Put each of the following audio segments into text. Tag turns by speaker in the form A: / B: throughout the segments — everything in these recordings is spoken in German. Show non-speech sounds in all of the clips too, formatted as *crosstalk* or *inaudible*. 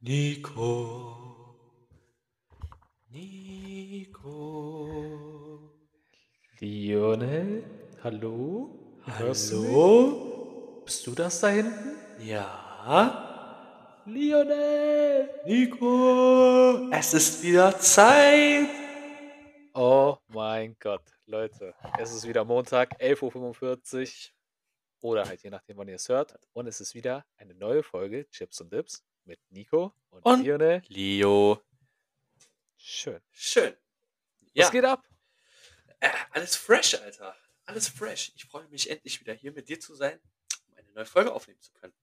A: Nico, Nico,
B: Lionel, hallo? Hörst du mich?
A: hallo?
B: Bist du das da hinten?
A: Ja,
B: Lionel!
A: Nico, es ist wieder Zeit.
B: Oh mein Gott, Leute, es ist wieder Montag, 11.45 Uhr oder halt je nachdem, wann ihr es hört. Und es ist wieder eine neue Folge Chips und Dips mit Nico und,
A: Und-
B: Lionel.
A: Leo,
B: Schön.
A: schön.
B: Was geht ab?
A: Äh, alles fresh, Alter. Alles fresh. Ich freue mich endlich wieder hier mit dir zu sein, um eine neue Folge aufnehmen zu können.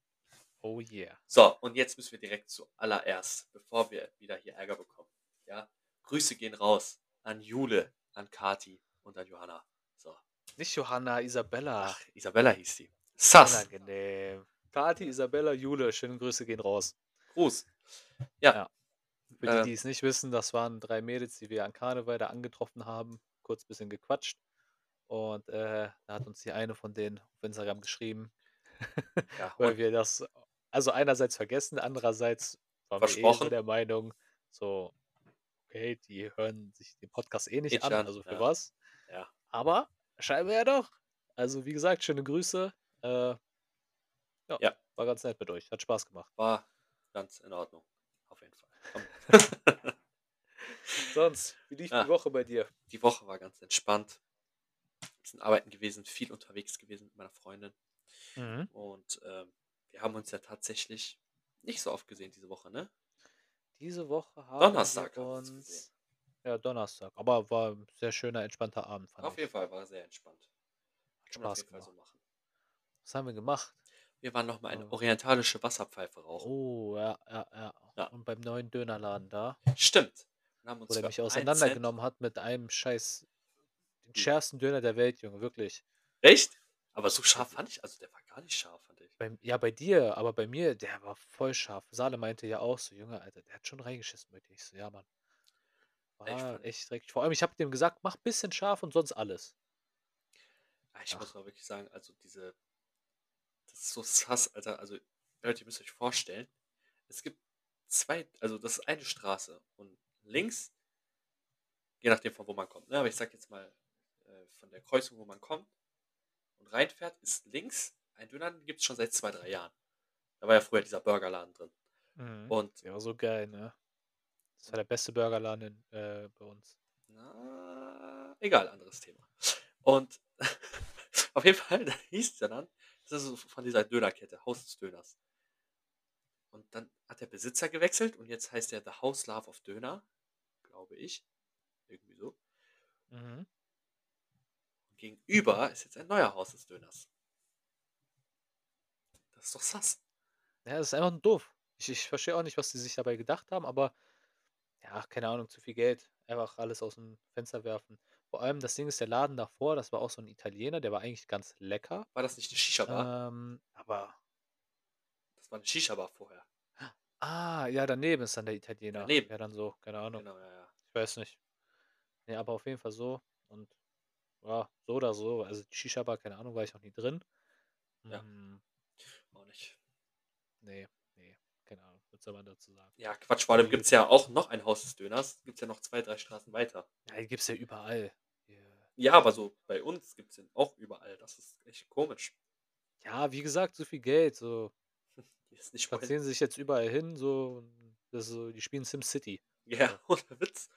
B: Oh yeah.
A: So, und jetzt müssen wir direkt zuallererst, bevor wir wieder hier Ärger bekommen. Ja, Grüße gehen raus an Jule, an Kati und an Johanna. So,
B: Nicht Johanna, Isabella.
A: ach, Isabella hieß sie. Sass.
B: Unangenehm. Kati, Isabella, Jule, schöne Grüße gehen raus.
A: Gruß.
B: Für
A: Ähm.
B: die, die es nicht wissen, das waren drei Mädels, die wir an Karneval da angetroffen haben, kurz ein bisschen gequatscht. Und äh, da hat uns die eine von denen auf Instagram geschrieben,
A: Ja,
B: weil
A: und
B: wir das also einerseits vergessen, andererseits waren wir eh so
A: Versprochen.
B: der Meinung, so, okay, die hören sich den Podcast eh nicht
A: Nicht
B: an,
A: an,
B: also für
A: ja.
B: was.
A: Ja.
B: Aber scheinbar ja doch. Also wie gesagt, schöne Grüße. Äh, ja,
A: Ja.
B: war ganz nett mit euch, hat Spaß gemacht.
A: war ganz in Ordnung. Auf jeden Fall. Komm.
B: *laughs* Sonst, wie lief
A: Ah.
B: die Woche bei dir?
A: Die Woche war ganz entspannt. Ein bisschen arbeiten gewesen, viel unterwegs gewesen mit meiner Freundin. Und ähm, wir haben uns ja tatsächlich nicht so oft gesehen diese Woche, ne?
B: Diese Woche haben
A: Donnerstag
B: wir
A: haben wir uns
B: uns.
A: gesehen.
B: Ja, Donnerstag. Aber war ein sehr schöner, entspannter Abend. Fand
A: Auf
B: ich.
A: jeden Fall war sehr entspannt.
B: Hat
A: Kann man auf
B: Spaß
A: jeden Fall so
B: gemacht.
A: machen.
B: Was haben wir gemacht?
A: Wir waren nochmal eine
B: Oh.
A: orientalische Wasserpfeife rauchen.
B: Oh, ja, ja, ja.
A: Ja.
B: Und beim neuen Dönerladen da,
A: Stimmt. Und haben uns
B: wo der
A: für
B: Oh. mich
A: einen
B: auseinandergenommen hat mit einem scheiß. Den
A: Hm.
B: schärfsten Döner der Welt, Junge, wirklich.
A: Cent- Echt? Aber so scharf fand ich, also der war gar nicht scharf, fand ich.
B: Beim, ja, bei dir, aber bei mir, der war voll scharf. Sale meinte ja auch so, Junge, Alter, der hat schon reingeschissen mit dir. Ich so, ja, Mann.
A: Ja, ich
B: War
A: fand-
B: echt dreckig. Vor allem, ich habe dem gesagt, mach bisschen scharf und sonst alles.
A: Ah, Ich
B: Ach.
A: muss mal wirklich sagen, also diese, das ist so sass, Alter. Also, Leute, ihr müsst euch vorstellen, es gibt zwei, also das ist eine Straße und links, je nachdem von wo man kommt, ne? aber ich sag jetzt mal, äh, von der Kreuzung, wo man kommt und reinfährt, ist links ein Dönerladen, gibt es schon seit zwei, drei Jahren. Da war ja früher dieser Burgerladen drin.
B: Mhm.
A: Und
B: Der war so geil, ne? Das war der beste Burgerladen in, äh, bei uns.
A: Na, egal, anderes Thema. Und *laughs* auf jeden Fall, da hieß es ja dann, das ist so von dieser Dönerkette, Haus des Döners. Und dann hat der Besitzer gewechselt und jetzt heißt er The House Love of Döner, glaube ich. Irgendwie so.
B: Mhm.
A: Und gegenüber ist jetzt ein neuer Haus des Döners. Das ist doch sass.
B: Ja, das ist einfach nur doof. Ich, ich verstehe auch nicht, was die sich dabei gedacht haben, aber ja, keine Ahnung, zu viel Geld. Einfach alles aus dem Fenster werfen. Vor allem das Ding ist, der Laden davor, das war auch so ein Italiener, der war eigentlich ganz lecker.
A: War das nicht eine Shisha-Bar?
B: Ähm, aber.
A: Das war eine Shisha-Bar vorher.
B: Ah, ja, daneben ist dann der Italiener.
A: Daneben.
B: Ja, dann so, keine Ahnung.
A: Genau, ja, ja.
B: Ich weiß nicht. Nee, aber auf jeden Fall so. Und ja, so oder so. Also die Shisha-Bar, keine Ahnung, war ich noch nie drin.
A: Ja.
B: Mm,
A: Auch nicht.
B: Nee, nee, keine Ahnung, was soll man dazu sagen?
A: Ja, Quatsch, vor allem gibt es ja auch noch ein Haus des Döners. Gibt es ja noch zwei, drei Straßen weiter.
B: Ja, die gibt's ja überall. Hier.
A: Ja, aber so bei uns gibt es den auch überall. Das ist echt komisch.
B: Ja, wie gesagt, so viel Geld, so
A: Die ist nicht mal.
B: spazieren sie sich jetzt überall hin, so, und das ist so die spielen SimCity,
A: Ja, *laughs* ohne Witz.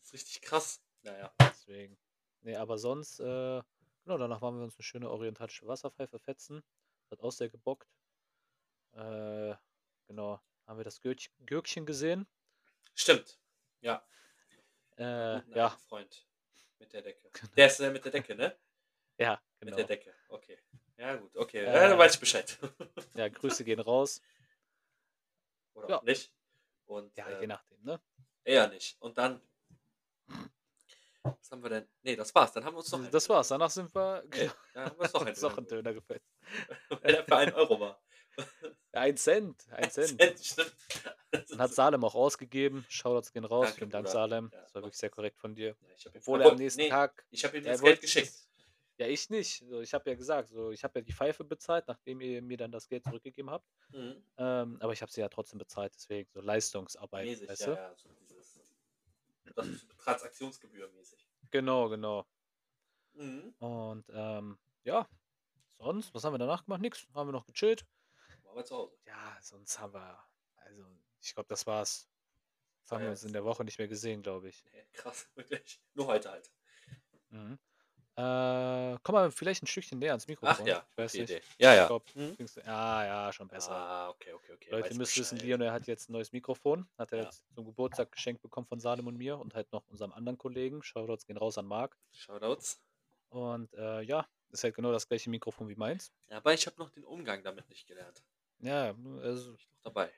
A: Das ist richtig krass. Naja.
B: deswegen. Nee, aber sonst, äh, genau, danach waren wir uns eine schöne orientalische Wasserpfeife fetzen, hat auch sehr gebockt. Äh, genau, haben wir das Gürkch- Gürkchen gesehen.
A: Stimmt. Ja.
B: Äh,
A: guten
B: ja,
A: alten Freund. Mit der Decke. Der ist äh, mit der Decke,
B: *laughs*
A: ne?
B: ja,
A: Mit *laughs*
B: genau.
A: der Decke. Okay. Ja, gut. Okay.
B: Äh.
A: ja, dann weiß ich Bescheid. *laughs*
B: Ja, Grüße gehen raus.
A: Oder
B: Ja.
A: auch nicht. Und
B: Ja,
A: äh,
B: je nachdem, ne?
A: eher nicht. Und dann. Was haben wir denn? Nee, das war's. Dann haben wir uns noch. einen
B: Das
A: Döner
B: war's. Danach sind wir.
A: geholt. Nee, dann haben wir
B: *laughs*
A: uns noch einen
B: uns noch
A: Döner
B: einen Döner gefetzt.
A: geholt, *laughs* Weil er für einen Euro war.
B: Ein Cent, ein Cent.
A: *laughs* Stimmt.
B: Dann hat Salem auch ausgegeben. Shoutouts gehen raus.
A: Danke,
B: Vielen Dank,
A: Bruder.
B: Salem.
A: Ja,
B: das war
A: mach
B: wirklich sehr korrekt von dir.
A: Ja, ich hab ihm-
B: Obwohl er am
A: Obwohl,
B: nächsten
A: nee,
B: Tag.
A: Ich habe ihm
B: er
A: das Geld
B: wollte
A: geschickt.
B: es- Ja, ich nicht. So, ich habe ja gesagt, so, ich habe ja die Pfeife bezahlt, nachdem ihr mir dann das Geld zurückgegeben habt.
A: Mhm.
B: Ähm, aber ich habe sie ja trotzdem bezahlt, deswegen so Leistungsarbeit.
A: Mäßig,
B: weißt
A: ja,
B: du?
A: ja. So dieses, das ist Transaktionsgebühr mäßig.
B: Genau, genau.
A: Mhm.
B: Und ähm, ja, sonst, was haben wir danach gemacht? Nix. Haben wir noch gechillt.
A: War aber zu Hause. *laughs*
B: Ja, sonst haben wir, also ich glaube, das war's. Das haben wir
A: Ja,
B: uns in
A: das-
B: der Woche nicht mehr gesehen, glaube ich.
A: Nee, krass, wirklich. Nur heute halt.
B: Mhm. Äh, komm mal vielleicht ein Stückchen näher ans
A: Ach
B: Mikrofon.
A: ja,
B: ich weiß
A: gute
B: nicht.
A: Idee. Ja,
B: Ich
A: ja.
B: glaub,
A: Mhm.
B: ging's- ja, ja, schon besser.
A: Ah, okay, okay, okay.
B: Leute,
A: weiß
B: ihr müsst wissen,
A: Bescheid.
B: Lionel hat jetzt ein neues Mikrofon. Hat er
A: Ja.
B: jetzt zum Geburtstag geschenkt bekommen von Salem und mir und halt noch unserem anderen Kollegen. Shoutouts gehen raus an Marc.
A: Shoutouts.
B: Und äh, ja, ist halt genau das gleiche Mikrofon wie meins.
A: Ja, aber ich habe noch den Umgang damit nicht gelernt.
B: Ja, also
A: Ich noch dabei.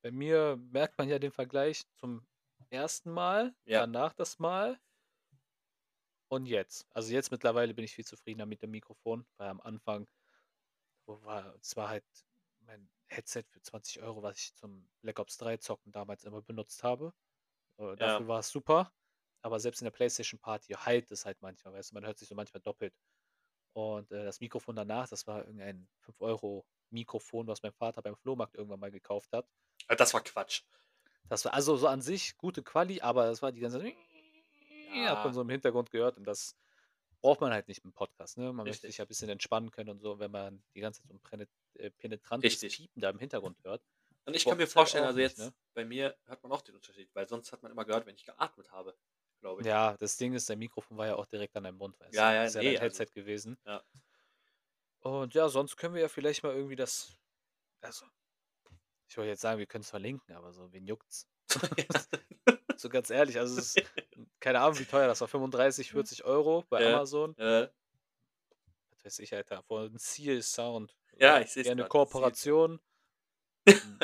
B: bei mir merkt man ja den Vergleich zum ersten Mal,
A: Ja.
B: danach das Mal und jetzt. Also jetzt mittlerweile bin ich viel zufriedener mit dem Mikrofon, weil am Anfang wo war, es war halt mein Headset für 20 Euro, was ich zum Black Ops 3 zocken damals immer benutzt habe. Äh, Dafür war es super, aber selbst in der PlayStation Party halt es halt manchmal, weißt du, man hört sich so manchmal doppelt. Und äh, das Mikrofon danach, das war irgendein 5 Euro Mikrofon, was mein Vater beim Flohmarkt irgendwann mal gekauft hat.
A: Ah, Das war Quatsch.
B: Das war also so an sich gute Quali, aber das war die ganze Zeit. Hat
A: Ja.
B: man so im Hintergrund gehört und das braucht man halt nicht im Podcast. Ne? Man möchte sich
A: Richtig.
B: ja ein bisschen entspannen können und so, wenn man die ganze Zeit so ein penet äh, penetrantes
A: Richtig.
B: Piepen da im Hintergrund hört.
A: Und ich
B: Boah,
A: kann mir
B: das hat
A: vorstellen,
B: auch
A: also
B: nicht,
A: jetzt
B: ne?
A: bei mir hat man auch den Unterschied, weil sonst hat man immer gehört, wenn ich geatmet habe, glaube *laughs* ich.
B: Ja, das Ding ist, dein Mikrofon war ja auch direkt an deinem Mund. Weißt
A: Ja,
B: du?
A: ja,
B: Das ist ja
A: nee,
B: dein
A: also-
B: Headset gewesen.
A: Ja.
B: Und ja, sonst können wir ja vielleicht mal irgendwie das. Also, ich wollte jetzt sagen, wir können es verlinken, aber so, wen juckt's? So ganz ehrlich, also
A: *laughs*
B: es ist, keine Ahnung, wie teuer das war. 35, 40 Euro bei
A: Hm. Ja.
B: Amazon.
A: äh,
B: Was weiß ich, Alter, von Seal Sound.
A: Ja,
B: Oder
A: ich seh's
B: Gerne
A: grad,
B: Kooperation.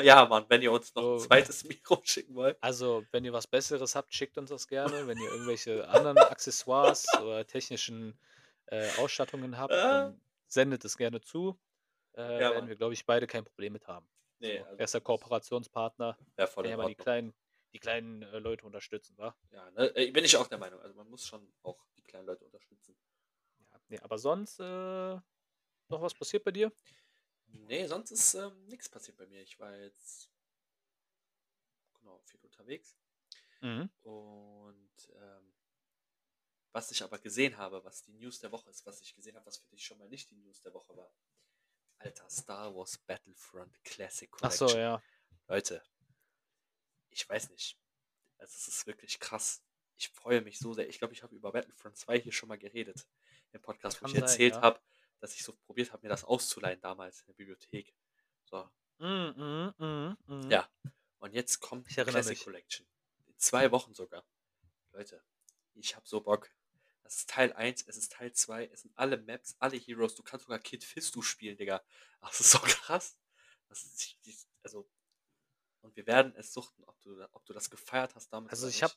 A: ja, Mann, wenn ihr uns noch ein
B: So.
A: zweites *laughs* Mikro schicken wollt.
B: Also, wenn ihr was Besseres habt, schickt uns das gerne. Wenn ihr irgendwelche anderen Accessoires oder technischen äh, Ausstattungen habt,
A: Ah.
B: dann sendet es gerne zu. Äh,
A: Ja,
B: werden
A: Mann.
B: wir, glaube ich, beide kein Problem mit haben.
A: Nee,
B: so,
A: also
B: erster
A: das
B: Kooperationspartner,
A: wär voll
B: kann ja
A: in
B: mal die
A: Ordnung.
B: kleinen, die kleinen äh, Leute unterstützen, wa?
A: Ja, ne? äh, Bin ich auch der Meinung. Also man muss schon auch die kleinen Leute unterstützen.
B: Ja, nee, aber sonst äh, noch was passiert bei dir?
A: Nee, sonst ist ähm, nichts passiert bei mir. Ich war jetzt genau viel unterwegs.
B: Mhm.
A: Und ähm, was ich aber gesehen habe, was die News der Woche ist, was ich gesehen habe, was für dich schon mal nicht die News der Woche war. Alter, Star Wars Battlefront Classic
B: Achso,
A: Collection.
B: ja.
A: Leute, ich weiß nicht. Also, es ist wirklich krass. Ich freue mich so sehr. Ich glaube, ich habe über Battlefront 2 hier schon mal geredet. Im Podcast, wo
B: Kann
A: ich
B: sein,
A: erzählt
B: ja.
A: habe, dass ich so probiert habe, mir das auszuleihen damals in der Bibliothek. So,
B: Mm, mm, mm, mm.
A: Ja. und jetzt kommt
B: Ich erinnere
A: Classic
B: mich.
A: Collection. In zwei Wochen sogar. Leute, ich habe so Bock. Das ist Teil 1, es ist Teil 2, es sind alle Maps, alle Heroes. Du kannst sogar Kid Fistu spielen, Digga. Ach, Das ist so *laughs* krass. Das ist, also, und wir werden es suchten, ob du, ob du das gefeiert hast damals.
B: Also
A: oder
B: ich
A: nicht.
B: habe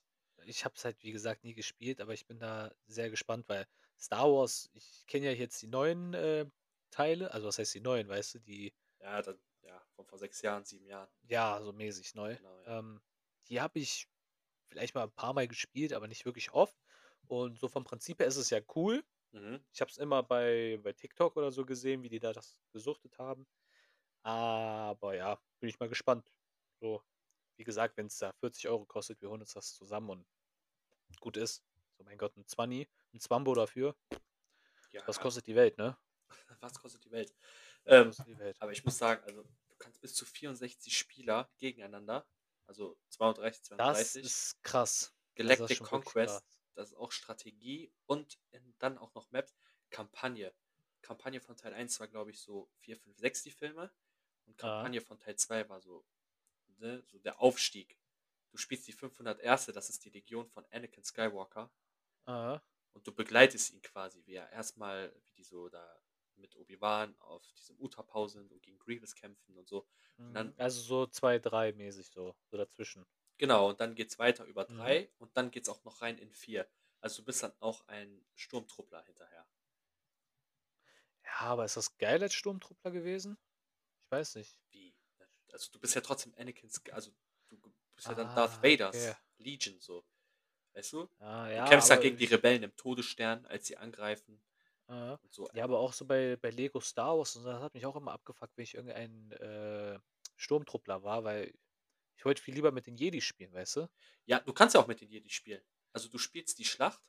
B: ich habe es halt wie gesagt nie gespielt, aber ich bin da sehr gespannt, weil Star Wars, ich kenne ja jetzt die neuen äh, Teile, also was heißt die neuen, weißt du, die
A: Ja, dann, ja, von vor sechs Jahren, sieben Jahren.
B: ja so mäßig neu.
A: Genau, ja.
B: Ähm, die habe ich vielleicht mal ein paar Mal gespielt, aber nicht wirklich oft. Und so vom Prinzip her ist es ja cool.
A: Mhm.
B: Ich habe es immer bei, bei TikTok oder so gesehen, wie die da das gesuchtet haben. Aber ja, bin ich mal gespannt. So, wie gesagt, wenn es da 40 Euro kostet, wir holen uns das zusammen und gut ist. So, mein Gott, ein 20, ein Zwambo dafür.
A: Ja,
B: Was kostet die Welt, ne?
A: was kostet die Welt?
B: Was
A: Ähm,
B: kostet die Welt?
A: aber ich muss sagen, also du kannst bis zu 64 Spieler gegeneinander, also 32,
B: Das
A: 32,
B: ist krass. Also das ist
A: Galactic
B: schon wirklich
A: Conquest,
B: krass.
A: das ist auch Strategie und in, dann auch noch Maps, Kampagne. Kampagne von Teil 1 war, glaube ich, so 4, 5, 6 die Filme und
B: Ah.
A: Kampagne von Teil 2 war so, ne, so der Aufstieg. Du spielst die 501. Das ist die Legion von Anakin Skywalker.
B: Aha.
A: Und du begleitest ihn quasi, wie er erstmal, wie die so da mit Obi-Wan auf diesem Utapau sind und gegen Grievous kämpfen und so.
B: Mhm.
A: dann-
B: also so 2-3 mäßig so, so dazwischen.
A: Genau, und dann geht's weiter über
B: Mhm.
A: drei und dann geht's auch noch rein in vier. Also du bist dann auch ein Sturmtruppler hinterher.
B: Ja, aber ist das geil als Sturmtruppler gewesen? Ich weiß nicht.
A: Wie? Also du bist ja trotzdem Anakin's, also du bist ja dann
B: Ah,
A: Darth Vaders
B: okay.
A: Legion so. Weißt du?
B: Ah,
A: Du
B: ja,
A: kämpfst dann
B: aber
A: gegen die
B: ich-
A: Rebellen im Todesstern, als sie angreifen.
B: Ja.
A: Und so
B: Ja, aber auch so bei, bei Lego Star Wars und so, das hat mich auch immer abgefuckt, wenn ich irgendein äh, Sturmtruppler war, weil ich wollte viel lieber mit den Jedi spielen, weißt du?
A: Ja, du kannst ja auch mit den Jedi spielen. Also du spielst die Schlacht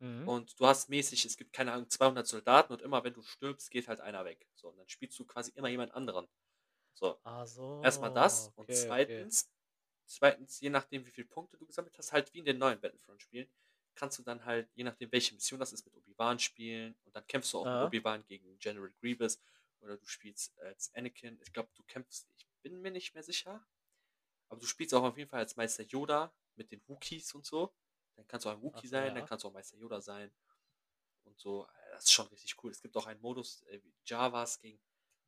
B: Mhm.
A: und du hast mäßig, es gibt keine Ahnung, 200 Soldaten und immer wenn du stirbst, geht halt einer weg. So, und dann spielst du quasi immer jemand anderen. So,
B: Ah so.
A: erstmal das und
B: okay, okay.
A: zweitens, zweitens, je nachdem wie viele Punkte du gesammelt hast, halt wie in den neuen Battlefront-Spielen, kannst du dann halt, je nachdem welche Mission das ist, mit Obi-Wan spielen und dann kämpfst du auch mit
B: Aha.
A: Obi-Wan gegen General Grievous oder du spielst als Anakin. Ich glaube, du kämpfst, ich bin mir nicht mehr sicher, aber du spielst auch auf jeden Fall als Meister Yoda mit den Wookiees und so. Dann kannst du auch ein
B: Ach
A: Wookiee
B: so,
A: sein, dann
B: ja.
A: kannst du auch Meister Yoda sein und so. Das ist schon richtig cool. Es gibt auch einen Modus, äh, wie Javas gegen,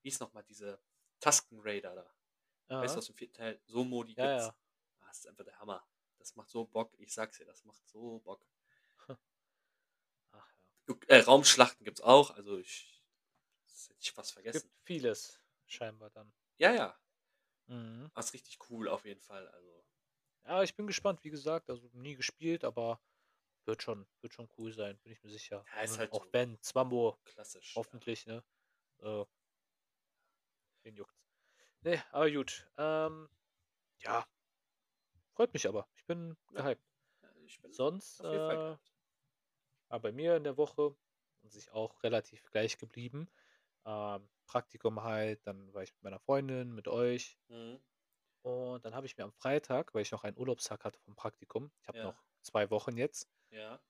A: wie ist nochmal diese Tusken Raider da. Weißt du,
B: Aha.
A: aus dem vierten Teil, so Modi
B: Ja,
A: gibt's.
B: ja.
A: Ah, Das ist einfach der Hammer. Das macht so Bock, ich sag's dir, das macht so Bock.
B: Ach ja.
A: Du- Äh, Raumschlachten gibt's auch, also ich. Das hätte ich fast
B: Es gibt
A: vergessen.
B: vieles, scheinbar dann.
A: Ja, ja.
B: Mhm.
A: Das ist richtig cool auf jeden Fall. Also,
B: Ja, ich bin gespannt, wie gesagt, also nie gespielt, aber wird schon, wird schon cool sein, bin ich mir sicher.
A: Ja, ist
B: Und
A: halt
B: auch
A: so.
B: Ben, Zwambo,
A: klassisch. Ja.
B: hoffentlich, ne? Äh, den juckt's. Ne, aber gut. Ähm, ja, freut mich aber. Ich bin
A: Ja.
B: gehypt.
A: Ja, Ich bin
B: Sonst,
A: auf jeden Fall
B: äh,
A: gehypt.
B: aber bei mir in der Woche an sich auch relativ gleich geblieben. Ähm, Praktikum halt, dann war ich mit meiner Freundin, mit euch.
A: Mhm.
B: Und dann habe ich mir am Freitag, weil ich noch einen Urlaubstag hatte vom Praktikum, ich habe
A: Ja.
B: noch zwei Wochen jetzt,
A: Ja.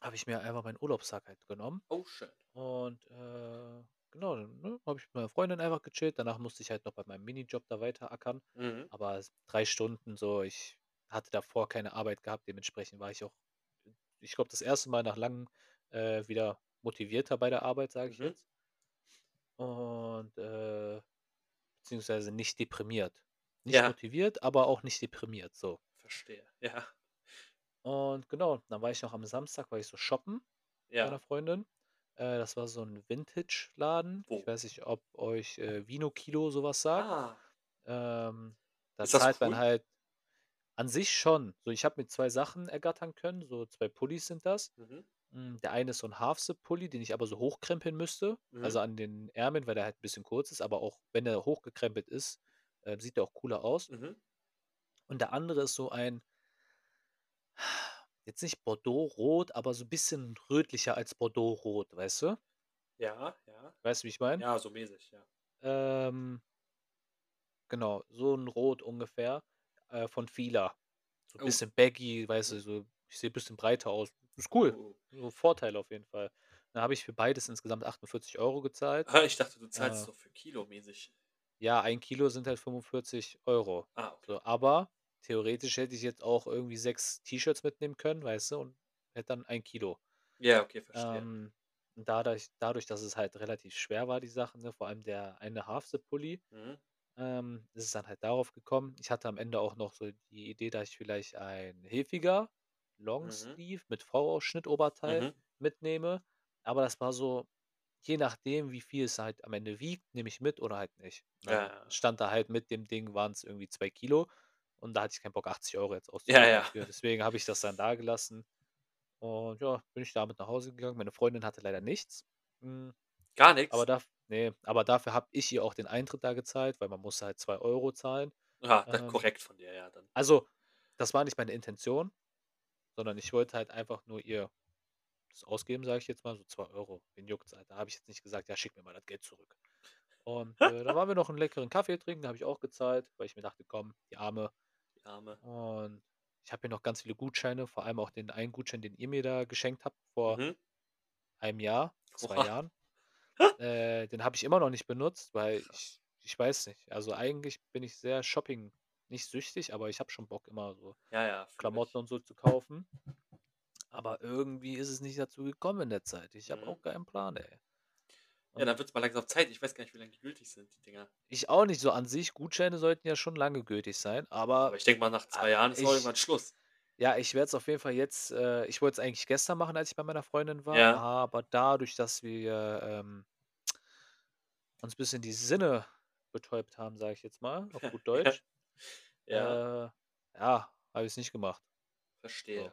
B: habe ich mir einfach meinen Urlaubstag halt genommen.
A: Oh, schön.
B: Und äh, genau, dann ne, habe ich mit meiner Freundin einfach gechillt. Danach musste ich halt noch bei meinem Minijob da weiter ackern.
A: Mhm.
B: Aber s- drei Stunden so, ich hatte davor keine Arbeit gehabt. Dementsprechend war ich auch, ich glaube, das erste Mal nach langem äh, wieder motivierter bei der Arbeit, sage ich
A: Mhm.
B: jetzt. Und äh, beziehungsweise nicht deprimiert. Nicht
A: Ja,
B: motiviert, aber auch nicht deprimiert. So.
A: verstehe. Ja.
B: Und genau, dann war ich noch am Samstag, war ich so shoppen mit meiner
A: Ja.
B: Freundin. Äh, das war so ein Vintage-Laden. Ich
A: Wo?
B: weiß nicht, ob euch äh, Vino Kilo sowas sagt.
A: Ah.
B: Ähm, da
A: Ist das
B: zahlt man
A: cool?
B: halt an sich schon. So, ich habe mir zwei Sachen ergattern können. So zwei Pullis sind das.
A: Mhm.
B: Mm, Der eine ist so ein Half-Zip-Pulli, den ich aber so hochkrempeln müsste. Also
A: Mhm.
B: an den Ärmeln, weil der halt ein bisschen kurz ist. Aber auch wenn er hochgekrempelt ist, äh, sieht er auch cooler aus.
A: Mhm.
B: Und der andere ist so ein, jetzt nicht Bordeaux-Rot, aber so ein bisschen rötlicher als Bordeaux-Rot, weißt du?
A: Ja, ja.
B: Weißt du, wie ich meine?
A: Ja, so mäßig, ja.
B: Ähm, genau, so ein Rot ungefähr äh, von Fila. So ein
A: Oh.
B: bisschen baggy, weißt
A: Mhm.
B: du, so, ich sehe ein bisschen breiter aus. Ist
A: Oh,
B: cool.
A: oh.
B: So Vorteil auf jeden Fall. Da habe ich für beides insgesamt 48 Euro gezahlt.
A: Ah, ich dachte, du
B: Äh,
A: zahlst doch für Kilo mäßig.
B: ja, ein Kilo sind halt 45 Euro.
A: Ah, okay.
B: So, aber theoretisch hätte ich jetzt auch irgendwie sechs T-Shirts mitnehmen können, weißt du, und hätte dann ein Kilo.
A: Ja, okay, verstehe.
B: Ähm, und dadurch, dadurch, dass es halt relativ schwer war, die Sachen, ne, vor allem der eine Half-Zip-Pulli,
A: Mhm.
B: ähm, ist es dann halt darauf gekommen. Ich hatte am Ende auch noch so die Idee, dass ich vielleicht ein hilfiger
A: Mhm.
B: Longsleeve mit V-Ausschnitt-Oberteil
A: Mhm.
B: mitnehme. Aber das war so, je nachdem, wie viel es halt am Ende wiegt, nehme ich mit oder halt nicht. Und
A: Ja,
B: dann
A: ja.
B: stand da halt mit dem Ding, waren es irgendwie zwei Kilo. Und da hatte ich keinen Bock, 80 Euro jetzt
A: Ja,
B: auszugeben
A: ja.
B: dafür. Deswegen habe ich das
A: *laughs*
B: dann da gelassen. Und ja, bin ich damit nach Hause gegangen. Meine Freundin hatte leider nichts. Mm,
A: Gar
B: aber,
A: nichts.
B: da, nee, aber dafür habe ich ihr auch den Eintritt da gezahlt, weil man muss halt 2 Euro zahlen.
A: Ja, da,
B: Ähm,
A: Ah, korrekt von dir, ja, dann.
B: also, das war nicht meine Intention, sondern ich wollte halt einfach nur ihr das ausgeben, sage ich jetzt mal, so 2 Euro. Wen juckt's halt? Da habe ich jetzt nicht gesagt, ja, schick mir mal das Geld zurück. Und äh, dann waren wir noch einen leckeren Kaffee trinken, habe ich auch gezahlt, weil ich mir dachte, komm, die Arme.
A: Die Arme.
B: Und ich habe hier noch ganz viele Gutscheine, vor allem auch den einen Gutschein, den ihr mir da geschenkt habt vor
A: Mhm.
B: einem Jahr, zwei
A: Oha. *laughs*
B: Jahren. Äh, den habe ich immer noch nicht benutzt, weil
A: Krass.
B: ich, ich weiß nicht. Also eigentlich bin ich sehr Shopping, nicht süchtig, aber ich habe schon Bock, immer so
A: Ja, ja, fühle
B: Klamotten
A: ich.
B: und so zu kaufen. Aber irgendwie ist es nicht dazu gekommen in der Zeit. Ich habe auch
A: Mhm.
B: keinen Plan, ey.
A: Ja,
B: Und
A: dann wird's mal langsam Zeit. Ich weiß gar nicht, wie lange die gültig sind, die Dinger.
B: ich auch nicht so an sich. Gutscheine sollten ja schon lange gültig sein, aber
A: Aber ich denke mal, nach
B: ah,
A: zwei Jahren ist auch
B: ich,
A: irgendwann Schluss.
B: ja, ich werde es auf jeden Fall jetzt, äh, ich wollte es eigentlich gestern machen, als ich bei meiner Freundin war,
A: Ja.
B: aber dadurch, dass wir ähm, uns ein bisschen die Sinne betäubt haben, sage ich jetzt mal,
A: *laughs*
B: auf
A: Ja,
B: gut Deutsch, äh,
A: ja,
B: ja, habe ich es nicht gemacht.
A: verstehe.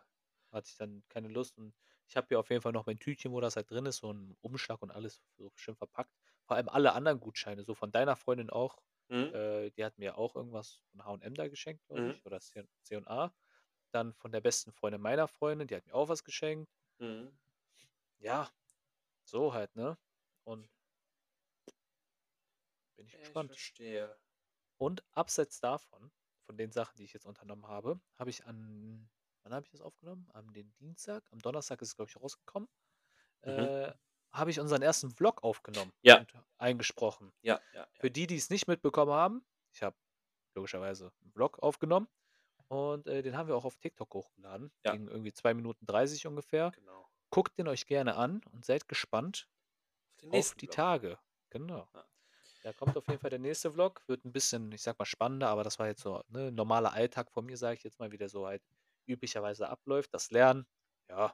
B: So, hatte ich dann keine Lust und Ich habe hier auf jeden Fall noch mein Tütchen, wo das halt drin ist, so ein Umschlag und alles so schön verpackt. Vor allem alle anderen Gutscheine, so von deiner Freundin auch.
A: Mhm.
B: Äh, die hat mir auch irgendwas von HM da geschenkt, glaube
A: Mhm.
B: ich, oder C- CA. Dann von der besten Freundin meiner Freundin, die hat mir auch was geschenkt.
A: Mhm.
B: Ja, so halt, ne? Und bin ich
A: Ja, Ich
B: gespannt.
A: verstehe.
B: Und abseits davon, von den Sachen, die ich jetzt unternommen habe, habe ich an, wann habe ich das aufgenommen? Am den Dienstag, am Donnerstag ist es, glaube ich, rausgekommen,
A: Mhm.
B: äh, habe ich unseren ersten Vlog aufgenommen
A: Ja.
B: und eingesprochen.
A: Ja, ja, ja.
B: Für die, die es nicht mitbekommen haben, ich habe logischerweise einen Vlog aufgenommen und äh, den haben wir auch auf TikTok hochgeladen.
A: Ja.
B: Ging irgendwie 2 Minuten 30 ungefähr.
A: Genau.
B: Guckt den euch gerne an und seid gespannt
A: Auf den
B: auf
A: nächsten
B: die
A: Blog.
B: Tage. Genau.
A: Ja.
B: Da kommt auf jeden Fall der nächste Vlog. Wird ein bisschen, ich sag mal, spannender, aber das war jetzt so ne, normaler Alltag von mir, sage ich jetzt mal, wie der so halt üblicherweise abläuft. Das Lernen, ja,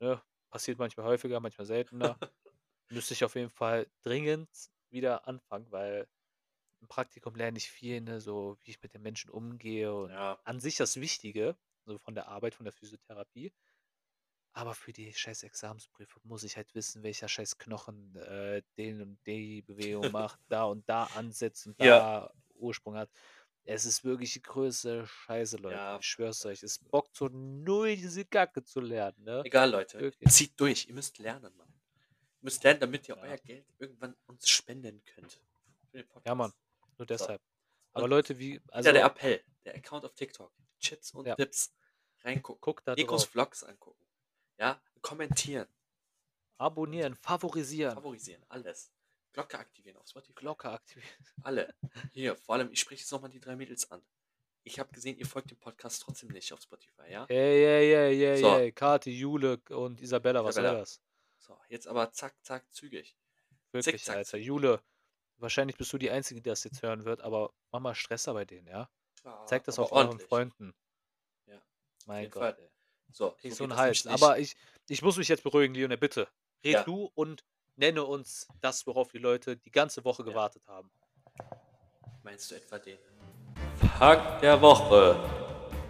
B: ne, passiert manchmal häufiger, manchmal
A: *laughs*
B: seltener. Müsste ich auf jeden Fall dringend wieder anfangen, weil im Praktikum lerne ich viel, ne, so wie ich mit den Menschen umgehe und
A: Ja,
B: an sich das Wichtige, so von der Arbeit, von der Physiotherapie. Aber für die scheiß Examensprüfung muss ich halt wissen, welcher scheiß Knochen äh, den und die
A: *laughs*
B: Bewegung macht, da und da ansetzt und
A: ja,
B: da Ursprung hat. Es ist wirklich die größte Scheiße, Leute.
A: ja.
B: Ich schwör's euch. Es bockt so null, diese Kacke zu lernen, ne?
A: Egal, Leute.
B: Wirklich.
A: Zieht durch. Ihr müsst lernen, Mann. Ihr müsst lernen, damit ihr euer
B: Ja.
A: Geld irgendwann uns spenden könnt. Für den
B: ja, Mann.
A: Podcast. So.
B: Nur deshalb. Aber
A: Und
B: Leute, wie,
A: wieder der
B: also,
A: Appell. Der Account auf TikTok. Chips und
B: ja,
A: Dips. Reingucken.
B: guckt da
A: Nikos
B: drauf.
A: Vlogs angucken. Ja, kommentieren und
B: Abonnieren, favorisieren,
A: favorisieren. Alles. Glocke aktivieren auf Spotify.
B: Glocke aktivieren.
A: Alle. Hier, vor allem, ich spreche jetzt nochmal die drei Mädels an. Ich habe gesehen, ihr folgt dem Podcast trotzdem nicht auf Spotify, ja?
B: Ey, ey, ey, ey,
A: So,
B: ey, Kati, Jule und Isabella, was soll
A: Isabella.
B: das?
A: So, jetzt aber zack, zack, zügig. Zick,
B: Wirklich,
A: zack,
B: Alter.
A: zügig.
B: Jule, wahrscheinlich bist du die Einzige, die das jetzt hören wird, aber mach mal Stresser bei denen, ja?
A: Ja,
B: Zeigt das
A: aber
B: auch euren
A: ordentlich.
B: Freunden.
A: Ja, auf
B: Mein
A: jeden
B: Gott,
A: Fall.
B: ey.
A: So,
B: Krieg ich
A: so
B: so
A: geht
B: einen
A: das nämlich
B: Hals.
A: nicht.
B: Aber ich, ich muss mich jetzt beruhigen, Leone, bitte. Red
A: Ja,
B: du und nenne uns das, worauf die Leute die ganze Woche
A: ja.
B: gewartet haben.
A: Meinst du etwa den Fakt der Woche?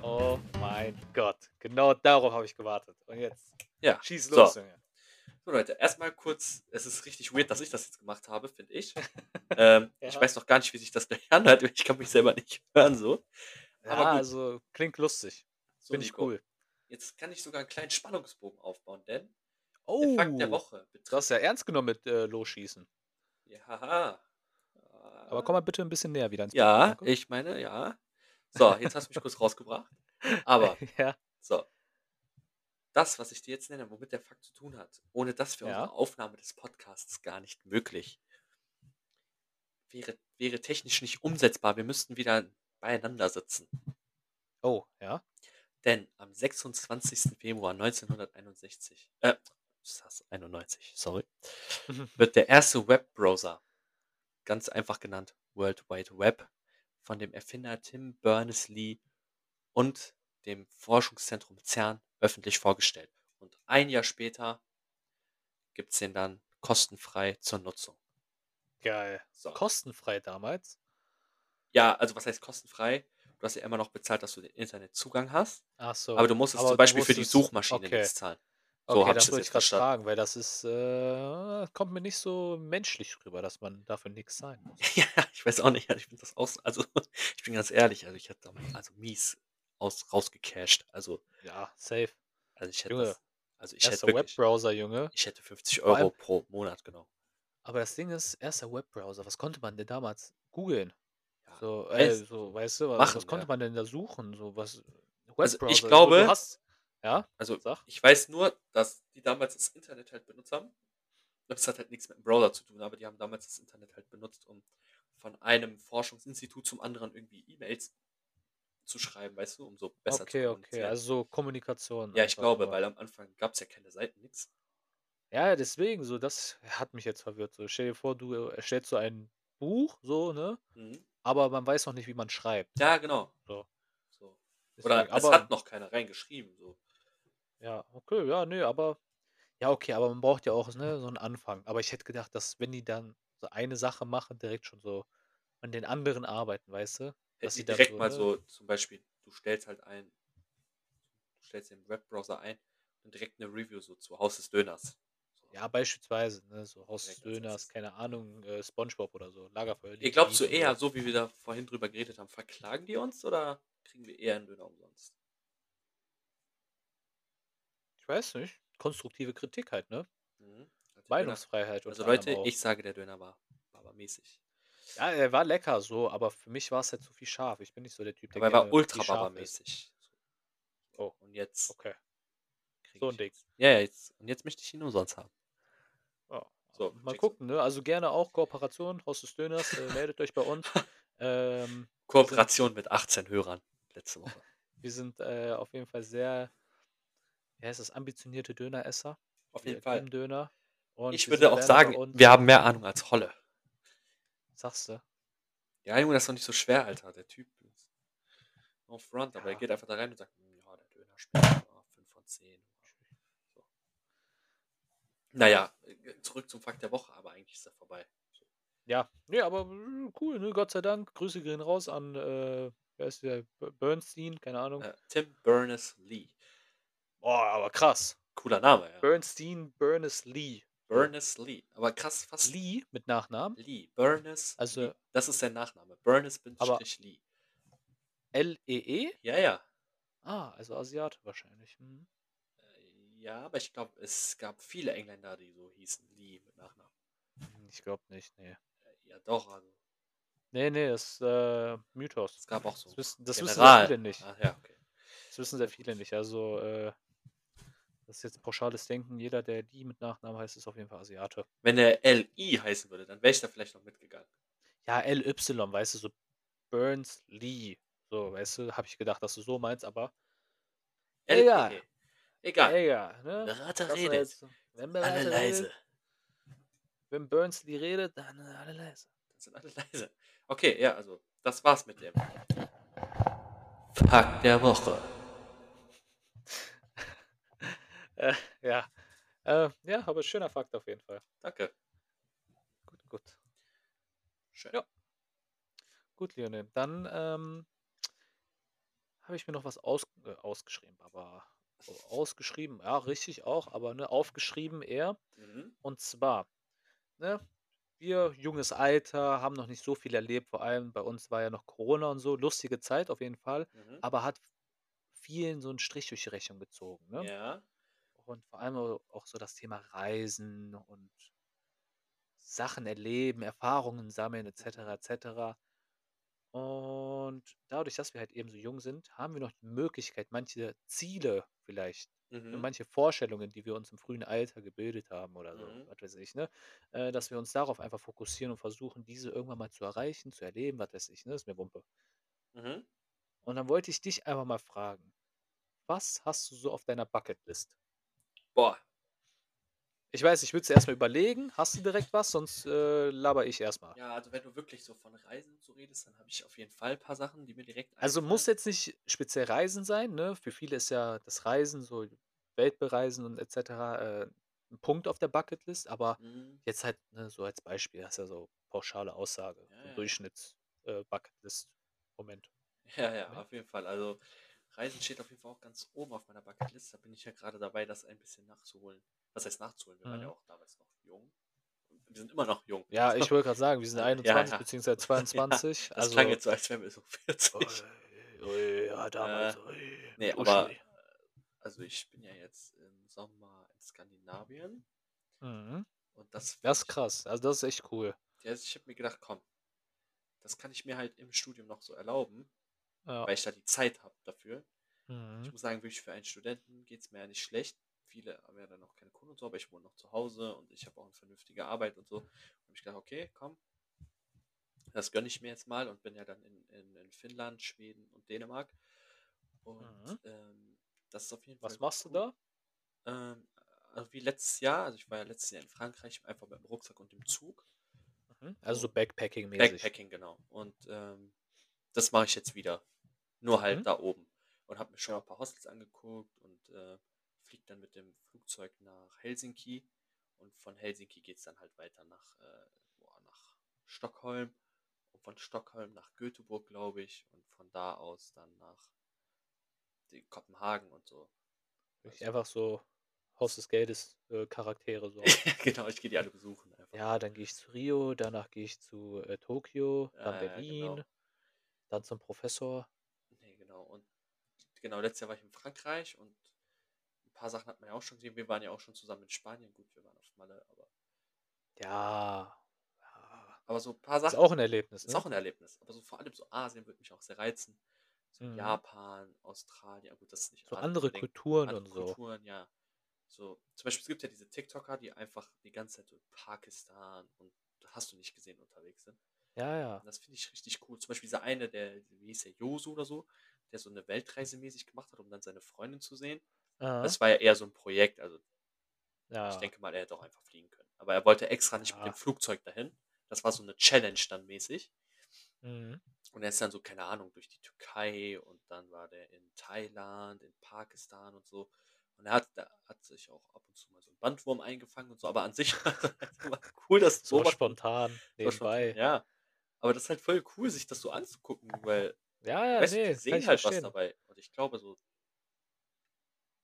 B: Oh mein Gott. Genau darauf habe ich gewartet. Und jetzt
A: Ja,
B: schieß
A: so.
B: los, Junge.
A: So, Leute, erstmal kurz. Es ist richtig weird, dass ich das jetzt gemacht habe, finde
B: *laughs*
A: ich. Ähm, ich
B: Ja.
A: weiß noch gar nicht, wie sich das gelernt hat. Ich kann mich selber nicht hören, so. Aber
B: Ja,
A: gut.
B: also klingt lustig.
A: So,
B: Finde ich
A: Nico.
B: cool.
A: Jetzt kann ich sogar einen kleinen Spannungsbogen aufbauen, denn der Fakt der
B: Oh,
A: Woche
B: du hast
A: betrifft.
B: ja ernst genommen mit äh, Losschießen.
A: Ja, haha.
B: Aber komm mal bitte ein bisschen näher wieder ins Mikro,
A: Ja,
B: danke.
A: ich meine, ja. So, jetzt hast du mich kurz rausgebracht. Aber,
B: *laughs* ja,
A: so, das, was ich dir jetzt nenne, womit der Fakt zu tun hat, ohne das wäre unsere
B: ja.
A: Aufnahme des Podcasts gar nicht möglich. Wäre, wäre technisch nicht umsetzbar. Wir müssten wieder beieinander sitzen.
B: Oh, ja.
A: Denn am 26. Februar 1961, äh, was heißt 91,
B: *laughs*
A: sorry, wird der erste Webbrowser, ganz einfach genannt World Wide Web, von dem Erfinder Tim Berners-Lee und dem Forschungszentrum CERN öffentlich vorgestellt. Und ein Jahr später gibt es den dann kostenfrei zur Nutzung.
B: Geil.
A: So.
B: Kostenfrei damals.
A: Ja, also was heißt kostenfrei? Du hast ja immer noch bezahlt, dass du den Internetzugang hast,
B: Ach so.
A: aber du musstest zum
B: Aber du
A: Beispiel für die
B: wusstest,
A: Suchmaschine
B: okay,
A: nichts zahlen. So
B: okay,
A: habe ich
B: das
A: das
B: wollte ich
A: jetzt
B: gerade
A: verstanden.
B: fragen, weil das ist, äh, kommt mir nicht so menschlich rüber, dass man dafür nichts zahlen muss.
A: *laughs* Ja, ich weiß auch nicht. Also ich bin das aus, also *laughs* ich bin ganz ehrlich, also ich hätte damit- also mies aus rausgecasht. Also,
B: Ja, safe.
A: also ich hätte
B: Junge,
A: das, also ich hätte
B: erster
A: wirklich,
B: Webbrowser, Junge.
A: ich hätte 50
B: Vor allem,
A: Euro pro Monat genau. genommen.
B: aber das Ding ist, erster Webbrowser, was konnte man denn damals googeln?
A: Ja,
B: So, äh,
A: alles
B: so, weißt du, wa- was
A: machen,
B: konnte
A: ja.
B: man denn da suchen? So, was,
A: Also ich
B: Webbrowser, so, du
A: glaube,
B: hast, ja,
A: also
B: sag,
A: ich weiß nur, dass die damals das Internet halt benutzt haben. Das hat halt nichts mit dem Browser zu tun, aber die haben damals das Internet halt benutzt, um von einem Forschungsinstitut zum anderen irgendwie E-Mails zu schreiben, weißt du, um so besser zu
B: okay, okay,
A: kommunizieren.
B: also so Kommunikation
A: Ja, ich
B: einfach
A: glaube,
B: nur.
A: weil am Anfang gab es ja keine Seiten, nichts.
B: Ja, ja, deswegen, so, das hat mich jetzt verwirrt. So, stell dir vor, du äh, erstellst so ein Buch, so, ne?
A: Mhm.
B: Aber man weiß noch nicht, wie man schreibt.
A: Ja, genau.
B: So,
A: So. Oder
B: deswegen,
A: es hat
B: aber,
A: noch keiner reingeschrieben. So.
B: ja, okay, ja, nee, aber, ja, okay, aber man braucht ja auch, ne, so einen Anfang. Aber ich hätte gedacht, dass, wenn die dann so eine Sache machen, direkt schon so an den anderen arbeiten, weißt du? Dass
A: Hätten
B: sie
A: die
B: dann
A: direkt
B: so,
A: mal
B: ne?
A: so, zum Beispiel, du stellst halt ein, du stellst den Webbrowser ein, dann direkt eine Review so zu Haus des Döners. So.
B: Ja, beispielsweise, ne, so Haus des
A: Direkt als
B: Döners,
A: erstes.
B: keine Ahnung, äh, Spongebob oder so, Lagerfeuer. ne?
A: Ihr glaubt
B: Liebling
A: so
B: oder
A: eher, so wie wir da vorhin drüber geredet haben, verklagen die uns oder kriegen wir eher einen Döner umsonst?
B: Ich weiß nicht. Konstruktive Kritik halt, ne?
A: Mhm. Also der Döner-
B: Meinungsfreiheit und
A: Also Leute,
B: auch.
A: ich sage, der Döner war babamäßig.
B: Ja, er war lecker so, aber für mich war es halt zu viel scharf. Ich bin nicht so der Typ, der
A: Aber er war
B: gerne
A: ultra
B: viel scharf isst.
A: babamäßig.
B: Oh.
A: Und jetzt
B: Okay.
A: krieg
B: So
A: ich
B: ein Ding.
A: jetzt- Ja, ja, jetzt. Und jetzt möchte ich ihn umsonst haben.
B: Ja.
A: So,
B: Mal
A: check's.
B: gucken, ne? Also gerne auch Kooperation, Haus des Döners, äh, meldet euch
A: *laughs*
B: bei uns. Ähm,
A: Kooperation mit 18 Hörern letzte Woche.
B: wir sind äh, auf jeden Fall sehr, wie heißt das, ambitionierte Döneresser.
A: Auf
B: Wir
A: jeden Fall.
B: lieben Döner. Und
A: Ich
B: wir
A: würde
B: sind
A: auch
B: gerne bei
A: sagen,
B: uns-
A: wir haben mehr Ahnung als Holle.
B: Sagst du?
A: Ja, Junge, das ist doch nicht so schwer, Alter. Der Typ ist no front, aber
B: Ja.
A: er geht einfach da rein und sagt, "Hm, ja, der Döner schmeckt ja, 5 von 10. So. Naja, äh, zurück zum Fakt der Woche, aber eigentlich ist er vorbei.
B: Ja, nee, aber mm, cool, ne? Gott sei Dank. Grüße gehen raus an, äh, wer ist der? B- Bernstein, keine Ahnung.
A: Äh, Tim Berners-Lee.
B: Boah, aber krass.
A: Cooler Name, ja.
B: Bernstein, Berners-Lee.
A: Berners-Lee. Aber krass, fast Lee.
B: Lee mit Nachnamen.
A: Lee. Berners.
B: Also-
A: Lee. Das ist sein Nachname. Berners-Lee.
B: L-E-E?
A: Ja, ja.
B: E Ah, also Asiate wahrscheinlich. Mhm.
A: Äh, Ja, aber ich glaube, es gab viele Engländer, die so hießen, Lee mit Nachnamen.
B: Hm, Ich glaube nicht, nee.
A: Äh, Ja, doch, also.
B: Nee, nee, das ist äh, Mythos.
A: Es gab auch so.
B: Das wissen, das wissen sehr
A: General.
B: viele nicht.
A: Ah, ja, okay.
B: Das wissen sehr viele nicht. Also, äh, das ist jetzt pauschales Denken. Jeder, der die mit Nachnamen heißt, ist auf jeden Fall Asiate.
A: Wenn er LI heißen würde, dann wäre ich da vielleicht noch mitgegangen.
B: Ja, LY, weißt du, so Burns Lee. So, weißt du, habe ich gedacht, dass du so meinst, aber Egal.
A: LEE. E. Egal.
B: egal, ne?
A: Berater
B: Das war
A: redet.
B: jetzt so. Wenn
A: Alle
B: Berater
A: leise.
B: Redet, wenn Burns Lee redet, dann äh, alle leise.
A: Dann sind alle leise. Okay, ja, also, das war's mit dem. Fakt der Woche.
B: Äh, ja. Äh, ja, aber schöner Fakt auf jeden Fall.
A: Danke.
B: Gut, gut.
A: Schön.
B: Ja. Gut, Leonel. Dann ähm, habe ich mir noch was aus, äh, ausgeschrieben, aber oh, ausgeschrieben, ja, richtig auch, aber ne, aufgeschrieben eher.
A: Mhm.
B: Und zwar, ne, wir junges Alter haben noch nicht so viel erlebt, vor allem bei uns war ja noch Corona und so, lustige Zeit auf jeden Fall,
A: Mhm.
B: aber hat vielen so einen Strich durch die Rechnung gezogen. Ne?
A: Ja.
B: Und vor allem au- auch so das Thema Reisen und Sachen erleben, Erfahrungen sammeln, etc. etc. Und dadurch, dass wir halt eben so jung sind, haben wir noch die Möglichkeit, manche Ziele vielleicht, ne,
A: Mhm.
B: manche Vorstellungen, die wir uns im frühen Alter gebildet haben oder so,
A: Mhm.
B: was weiß ich, ne? äh, dass wir uns darauf einfach fokussieren und versuchen, diese irgendwann mal zu erreichen, zu erleben, was weiß ich, ne? ist mir Wumpe.
A: Mhm.
B: Und dann wollte ich dich einfach mal fragen, was hast du so auf deiner Bucketlist?
A: Boah,
B: Ich weiß, ich würde es erstmal überlegen. Hast du direkt was? Sonst äh, laber ich erstmal.
A: ja, also wenn du wirklich so von Reisen und so redest, dann habe ich auf jeden Fall ein paar Sachen, die mir direkt
B: Also
A: einfallen.
B: muss jetzt nicht speziell Reisen sein. Ne? Für viele ist ja das Reisen, so Weltbereisen und etc. Äh, ein Punkt auf der Bucketlist. Aber
A: Mhm.
B: jetzt halt ne, so als Beispiel, das ist ja so pauschale Aussage.
A: Ja,
B: so
A: ja.
B: Durchschnitts-Bucketlist-Moment.
A: Ja, ja,
B: Moment.
A: auf jeden Fall. Also Reisen steht auf jeden Fall auch ganz oben auf meiner Bucketlist. Da bin ich ja gerade dabei, das ein bisschen nachzuholen. Was heißt nachzuholen? Wir waren ja
B: Mhm.
A: auch damals noch jung. Wir sind immer noch jung.
B: ja,
A: *laughs*
B: ich wollte gerade sagen, wir sind
A: Ja,
B: 21
A: *laughs* ja.
B: beziehungsweise
A: Ja,
B: 22.
A: Das
B: also, Oh,
A: klang jetzt so, als wären wir so 40.
B: Ui, ui, ja, damals. ui,
A: nee,
B: du
A: aber-
B: Schnee.
A: Also ich bin ja jetzt im Sommer in Skandinavien.
B: Mhm.
A: Und das, find
B: Das ist
A: ich-
B: krass. Also das ist echt cool.
A: Ja, also, ich habe mir gedacht, komm, das kann ich mir halt im Studium noch so erlauben,
B: Ja.
A: weil ich da die Zeit habe dafür.
B: Mhm.
A: Ich muss sagen, wirklich für einen Studenten geht es mir ja nicht schlecht. Viele haben ja dann auch keine Kunden und so, aber ich wohne noch zu Hause und ich habe auch eine vernünftige Arbeit und so. Und habe ich gedacht, okay, komm, das gönne ich mir jetzt mal und bin ja dann in, in, in Finnland, Schweden und Dänemark. Und
B: Mhm.
A: ähm, das ist auf jeden Fall.
B: Was machst du
A: cool.
B: da?
A: Ähm, also wie letztes Jahr, also ich war ja letztes Jahr in Frankreich, einfach mit dem Rucksack und dem Zug.
B: Mhm. Also so Backpacking-mäßig.
A: Backpacking, genau. Und ähm, das mache ich jetzt wieder. Nur halt
B: Mhm.
A: da oben. Und habe mir schon ein paar Hostels angeguckt und äh, fliege dann mit dem Flugzeug nach Helsinki. Und von Helsinki geht es dann halt weiter nach, äh, boah, nach Stockholm. Und von Stockholm nach Göteborg, glaube ich. Und von da aus dann nach die- äh, Kopenhagen und so. *laughs*
B: Wirklich Einfach so Haus des Geldes äh, Charaktere.
A: *laughs*
B: So.
A: genau, ich gehe die alle besuchen. Einfach.
B: Ja, dann gehe ich zu Rio, danach gehe ich zu äh, Tokio, dann
A: Ah, ja,
B: Berlin,
A: genau.
B: dann zum Professor.
A: Nee, genau. Und genau, letztes Jahr war ich in Frankreich und ein paar Sachen hat man ja auch schon gesehen. Wir waren ja auch schon zusammen in Spanien. Gut, wir waren auf Malle, aber,
B: Ja. ja.
A: aber so ein paar
B: Ist
A: Sachen.
B: auch ein Erlebnis,
A: ist
B: ne?
A: auch ein Erlebnis. Aber so vor allem so Asien würde mich auch sehr reizen. So
B: Mhm.
A: Japan, Australien, aber gut, das ist nicht
B: so
A: Asien,
B: andere
A: unbedingt.
B: Kulturen
A: andere
B: und so.
A: Kulturen, ja. So, zum Beispiel, es gibt ja diese TikToker, die einfach die ganze Zeit so in Pakistan und hast du nicht gesehen unterwegs sind.
B: Ja, ja.
A: Und das finde ich richtig cool. Zum Beispiel dieser eine, der, wie hieß der, Josu oder so, der so eine Weltreise mäßig gemacht hat, um dann seine Freundin zu sehen.
B: Aha.
A: Das war ja eher so ein Projekt, also
B: ja.
A: ich denke mal, er hätte auch einfach fliegen können. Aber er wollte extra nicht mit
B: Ja.
A: dem Flugzeug dahin. Das war so eine Challenge dann mäßig.
B: Mhm.
A: Und er ist dann so, keine Ahnung, durch die Türkei und dann war der in Thailand, in Pakistan und so. Und er hat, da hat sich auch ab und zu mal so einen Bandwurm eingefangen und so, aber an sich *laughs* war das einfach mal cool, dass sowas-
B: So
A: *laughs*
B: spontan,
A: sowas spontan-
B: nebenbei.
A: Ja. Aber das ist halt voll cool, sich das so anzugucken, weil
B: Ja, ja,
A: weißt, du,
B: nee,
A: die
B: das kann
A: sehen
B: ich
A: halt was
B: verstehen.
A: dabei. Und ich glaube so.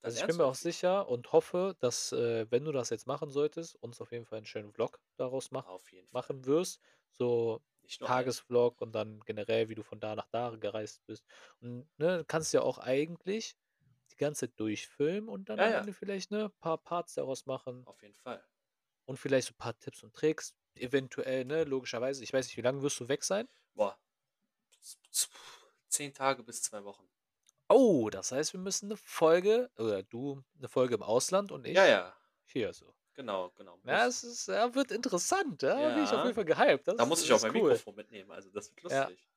A: da
B: Also ich bin
A: lernst
B: mir
A: du
B: auch
A: halt viel.
B: sicher und hoffe, dass, äh, wenn du das jetzt machen solltest, uns auf jeden Fall einen schönen Vlog daraus mach,
A: Auf jeden Fall.
B: machen wirst. So
A: Nicht nur einen.
B: Tagesvlog und dann generell, wie du von da nach da gereist bist. Und ne, kannst ja auch eigentlich die ganze Zeit durchfilmen und dann
A: Ja,
B: am
A: ja.
B: Ende vielleicht ne paar Parts daraus machen
A: Auf jeden Fall.
B: und vielleicht so ein paar Tipps und Tricks. Eventuell, ne, logischerweise. Ich weiß nicht, wie lange wirst du weg sein?
A: Boah. Z- z- Zehn Tage bis zwei Wochen.
B: Oh, das heißt, wir müssen eine Folge, oder du eine Folge im Ausland und ich
A: Ja, ja.
B: hier so.
A: Genau, genau.
B: Ja,
A: Muss-
B: es ist, ja, wird interessant. Da bin ich auf
A: Ja.
B: jeden Fall gehypt. Das
A: Da muss
B: ist-
A: ich auch
B: ist
A: mein
B: cool.
A: Mikrofon mitnehmen, also das wird
B: Ja.
A: lustig.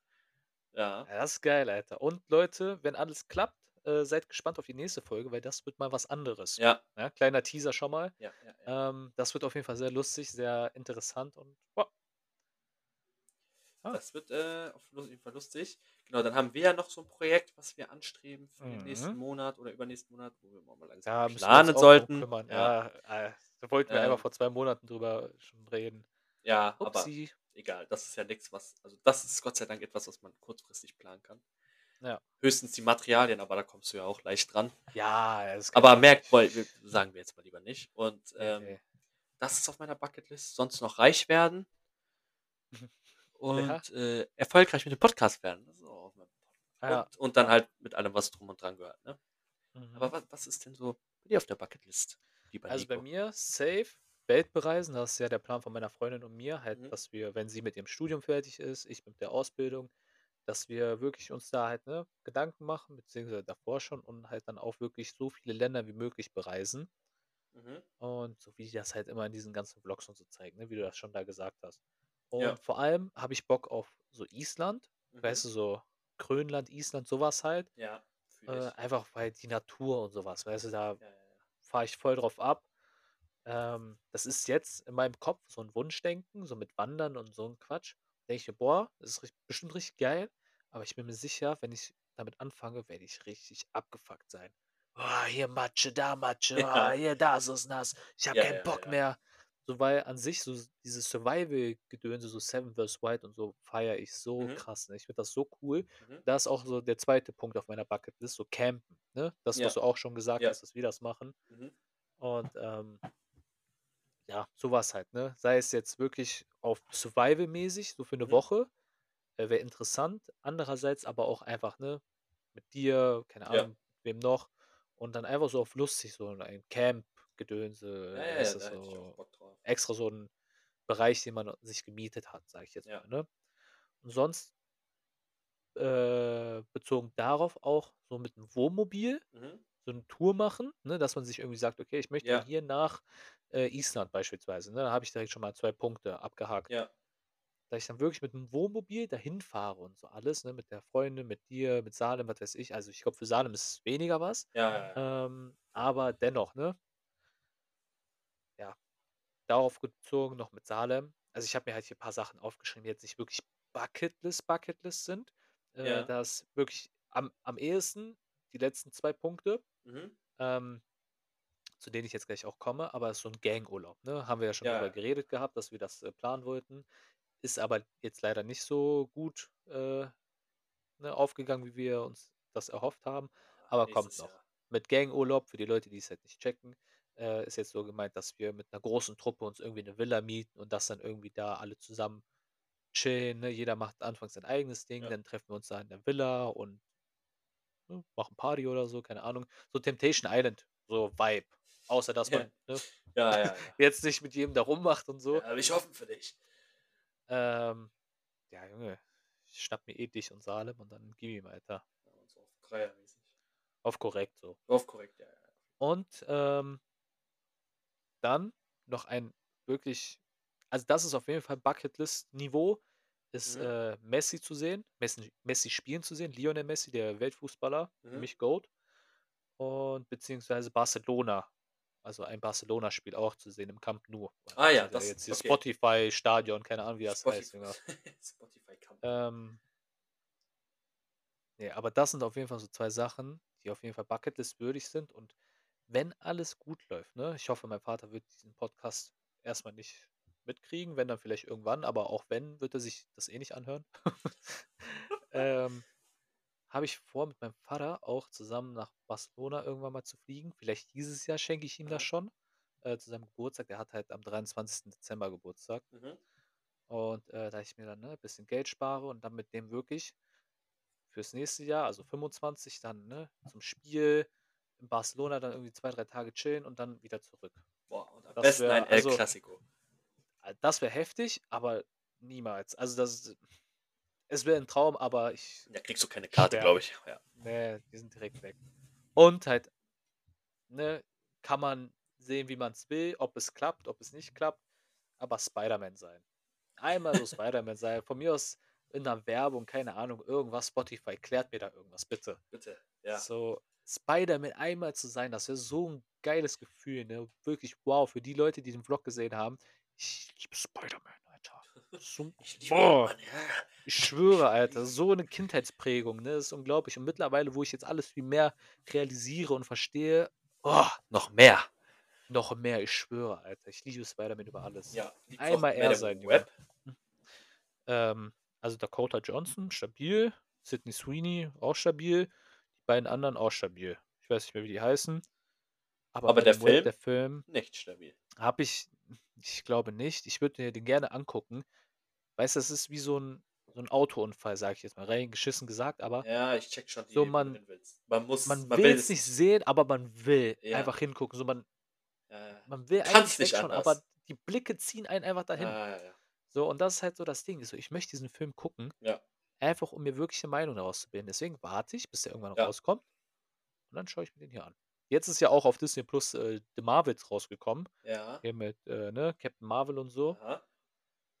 A: Ja,
B: Ja, das ist geil, Alter. Und Leute, wenn alles klappt, äh, seid gespannt auf die nächste Folge, weil das wird mal was anderes.
A: ja,
B: Ja, kleiner Teaser schon mal.
A: ja, ja. ja.
B: Ähm, das wird auf jeden Fall sehr lustig, sehr interessant und wow. Ah.
A: Das wird äh, auf lu- jeden Fall lustig. Genau, dann haben wir ja noch so ein Projekt, was wir anstreben für den
B: Mhm.
A: nächsten Monat oder übernächsten Monat, wo wir mal langsam
B: Ja, müssen wir uns
A: planen
B: auch drum
A: sollten.
B: kümmern.
A: ja,
B: Ja, äh, da wollten wir
A: Ähm.
B: einfach vor zwei Monaten drüber schon reden.
A: ja aber
B: Upsi.
A: egal, das ist ja nichts, was, also das ist Gott sei Dank etwas, was man kurzfristig planen kann.
B: Ja.
A: Höchstens die Materialien, aber da kommst du ja auch leicht dran.
B: Ja, das kann
A: Aber
B: ich
A: merkt
B: nicht.
A: mal, wir- sagen wir jetzt mal lieber nicht. Und
B: Nee,
A: ähm,
B: nee.
A: das ist auf meiner Bucketlist, sonst noch reich werden und
B: *laughs* Ja.
A: äh, erfolgreich mit dem Podcast werden. Das ist auch auf meinem
B: Ah Ja.
A: und, und dann
B: Ja.
A: halt mit allem, was drum und dran gehört. Ne?
B: Mhm.
A: Aber was, was ist denn so bei dir auf der Bucketlist? Lieber
B: Also bei
A: Nico?
B: mir, safe, Welt bereisen, das ist ja der Plan von meiner Freundin und mir, halt,
A: Mhm.
B: dass wir, wenn sie mit dem Studium fertig ist, ich mit der Ausbildung, dass wir wirklich uns da halt ne, Gedanken machen, beziehungsweise davor schon und halt dann auch wirklich so viele Länder wie möglich bereisen.
A: Mhm.
B: Und so wie die das halt immer in diesen ganzen Vlogs und so zeigen, ne, wie du das schon da gesagt hast. Und
A: Ja.
B: vor allem habe ich Bock auf so Island,
A: Mhm.
B: weißt du, so Grönland, Island, sowas halt.
A: Ja, fühl
B: Äh,
A: ich.
B: einfach weil die Natur und sowas, weißt du, da
A: Ja, ja, ja.
B: fahre ich voll drauf ab. Ähm, das ist jetzt in meinem Kopf so ein Wunschdenken, so mit Wandern und so ein Quatsch. Denke ich mir, boah, das ist richt- bestimmt richtig geil, aber ich bin mir sicher, wenn ich damit anfange, werde ich richtig abgefuckt sein. Oh, hier Matsche, da Matsche,
A: *laughs* Ja.
B: ah, hier da ist es nass, ich habe
A: Ja,
B: keinen
A: ja,
B: Bock
A: ja.
B: mehr. So, weil an sich so s- diese Survival-Gedönse, so Seven vs. White und so, feiere ich so
A: Mhm.
B: krass. Ne? Ich finde das so cool
A: Mhm.
B: da ist auch so der zweite Punkt auf meiner Bucketlist, so campen. Ne? Das,
A: Ja.
B: was du auch schon gesagt
A: Ja.
B: hast, dass wir das machen.
A: Mhm.
B: Und ähm, ja, sowas halt, ne? Sei es jetzt wirklich auf Survival-mäßig, so für eine
A: Mhm.
B: Woche, äh, wäre interessant. Andererseits aber auch einfach, ne? Mit dir, keine
A: Ja.
B: Ahnung, wem noch. Und dann einfach so auf lustig, so ein Camp-Gedönse,
A: Ja, ja, ja,
B: Äh, weißt du,
A: da hätte ich auch
B: so
A: Bock drauf.
B: extra so ein Bereich, den man sich gemietet hat, sage ich jetzt
A: Ja.
B: mal, ne? Und sonst äh, bezogen darauf auch so mit einem Wohnmobil
A: Mhm.
B: so eine Tour machen, ne, dass man sich irgendwie sagt, okay, ich möchte
A: Ja.
B: hier nach äh, Island beispielsweise. Ne, da habe ich direkt schon mal zwei Punkte abgehakt.
A: Ja.
B: Da ich dann wirklich mit einem Wohnmobil dahin fahre und so alles, ne, mit der Freundin, mit dir, mit Salem, was weiß ich. Also ich glaube, für Salem ist es weniger was.
A: Ja, ja, ja.
B: Ähm, aber dennoch, ne? Ja. Darauf bezogen noch mit Salem. Also ich habe mir halt hier ein paar Sachen aufgeschrieben, die jetzt nicht wirklich Bucketlist, Bucketlist sind. Äh,
A: Ja.
B: Das wirklich am, am ehesten die letzten zwei Punkte.
A: Mhm.
B: ähm, zu denen ich jetzt gleich auch komme, aber es ist so ein Gangurlaub. Ne? Haben wir ja schon
A: Ja,
B: drüber
A: ja.
B: geredet gehabt, dass wir das äh, planen wollten. Ist aber jetzt leider nicht so gut äh, ne, aufgegangen, wie wir uns das erhofft haben.
A: Ah,
B: Aber kommt
A: nächstes
B: noch.
A: Jahr.
B: Mit Gangurlaub, für die Leute, die es halt nicht checken, äh, ist jetzt so gemeint, dass wir mit einer großen Truppe uns irgendwie eine Villa mieten und das dann irgendwie da alle zusammen chillen. Ne? Jeder macht anfangs sein eigenes Ding,
A: Ja.
B: dann treffen wir uns da in der Villa und ne, machen Party oder so, keine Ahnung. So Temptation Island, so Vibe. Außer dass
A: Ja.
B: man ne,
A: Ja, ja, ja.
B: jetzt nicht mit jedem da rummacht und *laughs* so.
A: ja aber ich hoffe für dich.
B: Ähm, ja, Junge, ich schnapp mir eh dich und Salem und dann gib ihm, Alter.
A: Ja, und so auf Dreiermäßig.
B: Auf korrekt so.
A: Auf korrekt, ja, ja.
B: Und ähm, dann noch ein wirklich, also das ist auf jeden Fall Bucketlist-Niveau, ist
A: Mhm.
B: äh, Messi zu sehen, Messi, Messi spielen zu sehen, Lionel Messi, der Weltfußballer, für
A: Mhm.
B: mich Goat, und beziehungsweise Barcelona, also ein Barcelona-Spiel auch zu sehen im Camp Nou.
A: Ah ja,
B: Also
A: das-
B: jetzt hier
A: okay.
B: Spotify-Stadion, keine Ahnung, wie das heißt,
A: Spotify,
B: genau. Junge.
A: *laughs* Spotify Camp.
B: Ähm, nee, aber das sind auf jeden Fall so zwei Sachen, die auf jeden Fall Bucketlist würdig sind. Und wenn alles gut läuft, ne, ich hoffe, mein Vater wird diesen Podcast erstmal nicht mitkriegen, wenn dann vielleicht irgendwann, aber auch wenn, wird er sich das eh nicht anhören. *laughs* ähm, Habe ich vor, mit meinem Vater auch zusammen nach Barcelona irgendwann mal zu fliegen. Vielleicht dieses Jahr schenke ich ihm das
A: Ja.
B: schon. Äh, zu seinem Geburtstag. Er hat halt am 23. Dezember Geburtstag.
A: Mhm.
B: Und äh, da ich mir dann ne, ein bisschen Geld spare und dann mit dem wirklich fürs nächste Jahr, also 25, dann ne, zum Spiel in Barcelona dann irgendwie zwei, drei Tage chillen und dann wieder zurück.
A: Boah, und am
B: Das
A: besten
B: wär-
A: ein
B: also-
A: El Clasico.
B: Äh, Das wäre heftig, aber niemals. Also das es wäre ein Traum, aber ich,
A: Da kriegst du keine Karte,
B: Schwer.
A: glaube ich. Ja.
B: ne, die sind direkt weg. Und halt, ne, kann man sehen, wie man es will, ob es klappt, ob es nicht klappt, aber Spider-Man sein. Einmal so Spider-Man sein. Von mir aus in einer Werbung, keine Ahnung, irgendwas, Spotify, klärt mir da irgendwas, bitte.
A: Bitte. Ja.
B: So, Spider-Man einmal zu sein, das wäre so ein geiles Gefühl, ne? Wirklich, wow, für die Leute, die den Vlog gesehen haben. Ich liebe Spider-Man, Alter.
A: *laughs*
B: So,
A: Ich liebe
B: boah.
A: Mann, ja.
B: Ich schwöre, Alter, so eine Kindheitsprägung, ne? Das ist unglaublich. Und mittlerweile, wo ich jetzt alles viel mehr realisiere und verstehe, oh,
A: Noch mehr.
B: noch mehr, ich schwöre, Alter. Ich liebe Spider-Man über alles.
A: Ja. liegt's auch
B: Einmal
A: bei
B: er
A: der
B: sein, Junge.
A: Web.
B: Ähm, also Dakota Johnson, stabil. Sidney Sweeney, auch stabil. Die beiden anderen auch stabil. Ich weiß nicht mehr, wie die heißen. Aber,
A: Aber der
B: Madame Web,
A: Film?
B: der Film
A: Nicht stabil.
B: habe ich, ich glaube nicht. Ich würde mir den gerne angucken. Weißt du, es ist wie so ein, so ein Autounfall, sage ich jetzt mal. Rein geschissen gesagt, aber
A: Ja, ich check schon die
B: So,
A: Ebene,
B: man-
A: wenn du willst. Man muss.
B: man,
A: man
B: will
A: will
B: es nicht sehen, aber man will
A: Ja.
B: einfach hingucken. So, man,
A: Ja, ja.
B: man will
A: Kannst
B: eigentlich
A: nicht
B: wegschauen,
A: anders.
B: aber die Blicke ziehen einen einfach dahin.
A: Ah, ja, ja.
B: So, und das ist halt so das Ding. So, ich möchte diesen Film gucken,
A: Ja.
B: einfach um mir wirklich eine Meinung daraus zu bilden. Deswegen warte ich, bis der irgendwann
A: Ja.
B: rauskommt. Und dann schaue ich mir den hier an. Jetzt ist ja auch auf Disney Plus äh, The Marvels rausgekommen.
A: Ja.
B: Hier mit äh, ne, Captain Marvel und so.
A: Aha.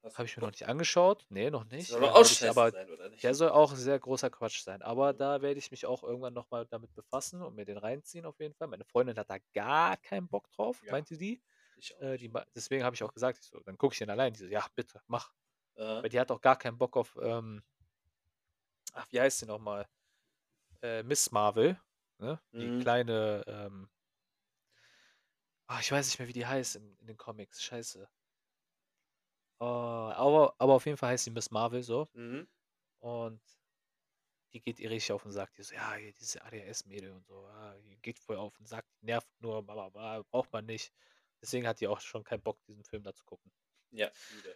A: Hast
B: Habe
A: du
B: ich mir noch nicht angeschaut. Nee, noch nicht.
A: Ah. Soll
B: Äh,
A: doch
B: werd
A: auch
B: ich
A: scheiße
B: aber
A: sein, oder nicht?
B: der soll auch sehr großer Quatsch sein. Aber
A: Mhm.
B: da werde ich mich auch irgendwann nochmal damit befassen und mir den reinziehen auf jeden Fall. Meine Freundin hat da gar keinen Bock drauf,
A: Ja.
B: meinte die.
A: Ich auch.
B: Äh, die ma- deswegen habe ich auch gesagt, ich so, dann gucke ich den allein. Die so, ja, bitte, mach.
A: Aha.
B: Weil die hat auch gar keinen Bock auf, ähm, ach, wie heißt sie nochmal? Äh, Miss Marvel, ne? Die
A: Mhm.
B: kleine, ähm, ah, ich weiß nicht mehr, wie die heißt in, in den Comics. Scheiße. Oh, aber, aber auf jeden Fall heißt sie Miss Marvel so.
A: Mhm.
B: Und die geht ihr richtig auf den Sack. Die so, ja, hier diese ADHS-Mädel und so, ah, die geht voll auf den Sack, die nervt nur, bla, bla, bla, braucht man nicht. Deswegen hat die auch schon keinen Bock, diesen Film da zu gucken.
A: Ja, müde.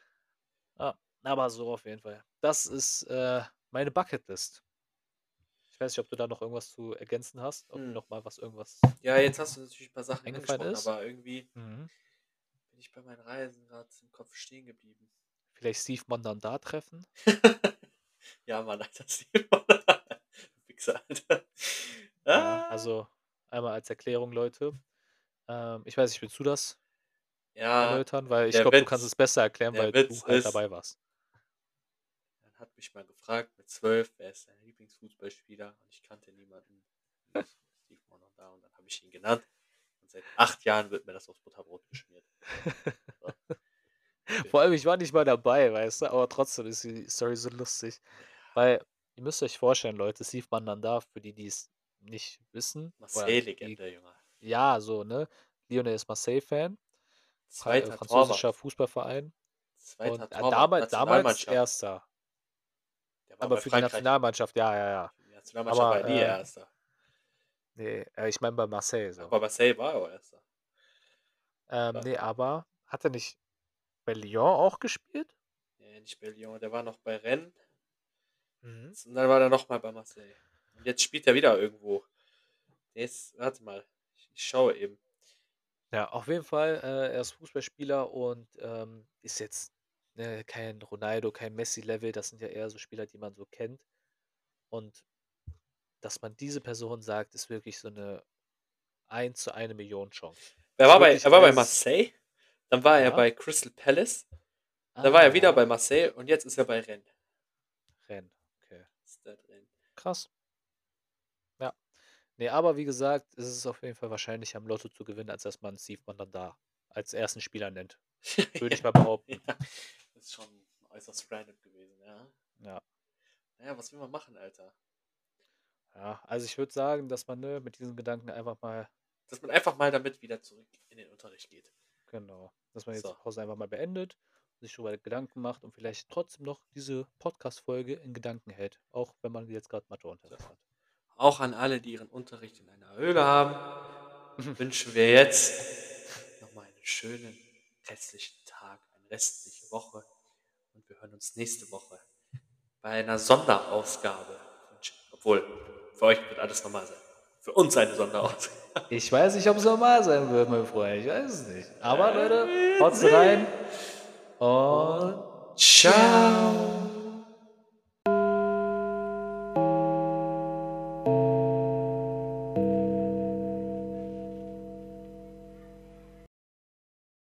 B: Aber so auf jeden Fall. Das ist äh, meine Bucketlist. Ich weiß nicht, ob du da noch irgendwas zu ergänzen hast, ob
A: Hm.
B: noch mal was irgendwas.
A: Ja, jetzt hast du natürlich ein paar Sachen
B: Eingefallen
A: angesprochen,
B: ist?
A: aber irgendwie
B: Mhm.
A: bin ich bei meinen Reisen gerade im Kopf stehen geblieben.
B: Vielleicht Steve Mondandar treffen.
A: *laughs* ja, Mann, Alter, Steve. Alter. *laughs* Wichser, Alter.
B: Ja,
A: Ah.
B: also einmal als Erklärung, Leute. Ähm, ich weiß nicht, willst du das
A: ja,
B: erläutern? Weil ich
A: Ah, der
B: glaube, du
A: Witz-
B: kannst es besser erklären,
A: der
B: weil
A: Witz
B: du halt
A: ist-
B: dabei warst.
A: dann hat mich mal gefragt mit zwölf, wer ist dein Lieblingsfußballspieler? Und ich kannte niemanden. Steve Monon da und dann habe ich ihn genannt. Und seit acht Jahren wird mir das aufs Butterbrot
B: *laughs*
A: geschmiert. So.
B: Vor allem, ich war nicht mal dabei, weißt du, aber trotzdem ist die Story so lustig. Weil, ihr müsst euch vorstellen, Leute, Steve Mandanda, für die, die es nicht wissen. oder die-
A: Marseille-Legende, Junge.
B: Ja, so, ne? Lionel ist Marseille-Fan, fra- äh,
A: Zweiter
B: französischer
A: Torwart.
B: Fußballverein.
A: Zweiter
B: und äh,
A: Torwart.
B: damals, damals
A: Nationalmannschaft.
B: erster.
A: Der war
B: Aber
A: bei
B: für die
A: Frankreich.
B: Nationalmannschaft, ja, ja, ja.
A: Die Nationalmannschaft
B: Aber,
A: war er nie
B: äh,
A: erster.
B: Nee, äh, ich meine bei Marseille so.
A: Aber Marseille war er auch erster.
B: Ähm,
A: Ja.
B: nee, aber hat er nicht bei Lyon auch gespielt?
A: Nee, nicht bei Lyon, der war noch bei Rennes
B: Mhm.
A: und dann war er nochmal bei Marseille. Und jetzt spielt er wieder irgendwo. Jetzt, warte mal, ich, ich schaue eben.
B: Ja, auf jeden Fall. Äh, er ist Fußballspieler und ähm, ist jetzt ne, kein Ronaldo, kein Messi-Level. Das sind ja eher so Spieler, die man so kennt. Und dass man diese Person sagt, ist wirklich so eine 1 zu 1 Million Chance.
A: Er war, bei,
B: Wirklich
A: er war bei
B: als-
A: Marseille, dann war er
B: Ja.
A: bei Crystal Palace, dann war er wieder
B: Ah,
A: bei Marseille und jetzt ist er bei Rennes.
B: Rennes. Okay.
A: Ist da drin.
B: Krass. Ja. Nee, aber wie gesagt, es ist auf jeden Fall wahrscheinlicher, am Lotto zu gewinnen, als dass man Steve man dann da als ersten
A: *laughs*
B: Spieler nennt. Würde ich mal behaupten.
A: Ja, das ist schon äußerst random gewesen, ja.
B: Ja.
A: Naja, was will man machen, Alter?
B: Ja, also ich würde sagen, dass man ne, mit diesen Gedanken einfach mal,
A: Dass man einfach mal damit wieder zurück in den Unterricht geht.
B: genau, dass man jetzt
A: So.
B: die Pause einfach mal beendet, sich darüber Gedanken macht und vielleicht trotzdem noch diese Podcast-Folge in Gedanken hält, auch wenn man jetzt gerade Matheunterricht hat.
A: Auch an alle, die ihren Unterricht in einer Höhle haben, wünschen wir jetzt nochmal einen schönen restlichen Tag, eine restliche Woche. Und wir hören uns nächste Woche bei einer Sonderausgabe. Obwohl, für euch wird alles normal sein. Für uns eine Sonderausgabe.
B: Ich weiß nicht, ob es normal sein wird, mein Freund. Ich weiß *laughs* es nicht. Aber Leute, haut's rein und
A: Ciao!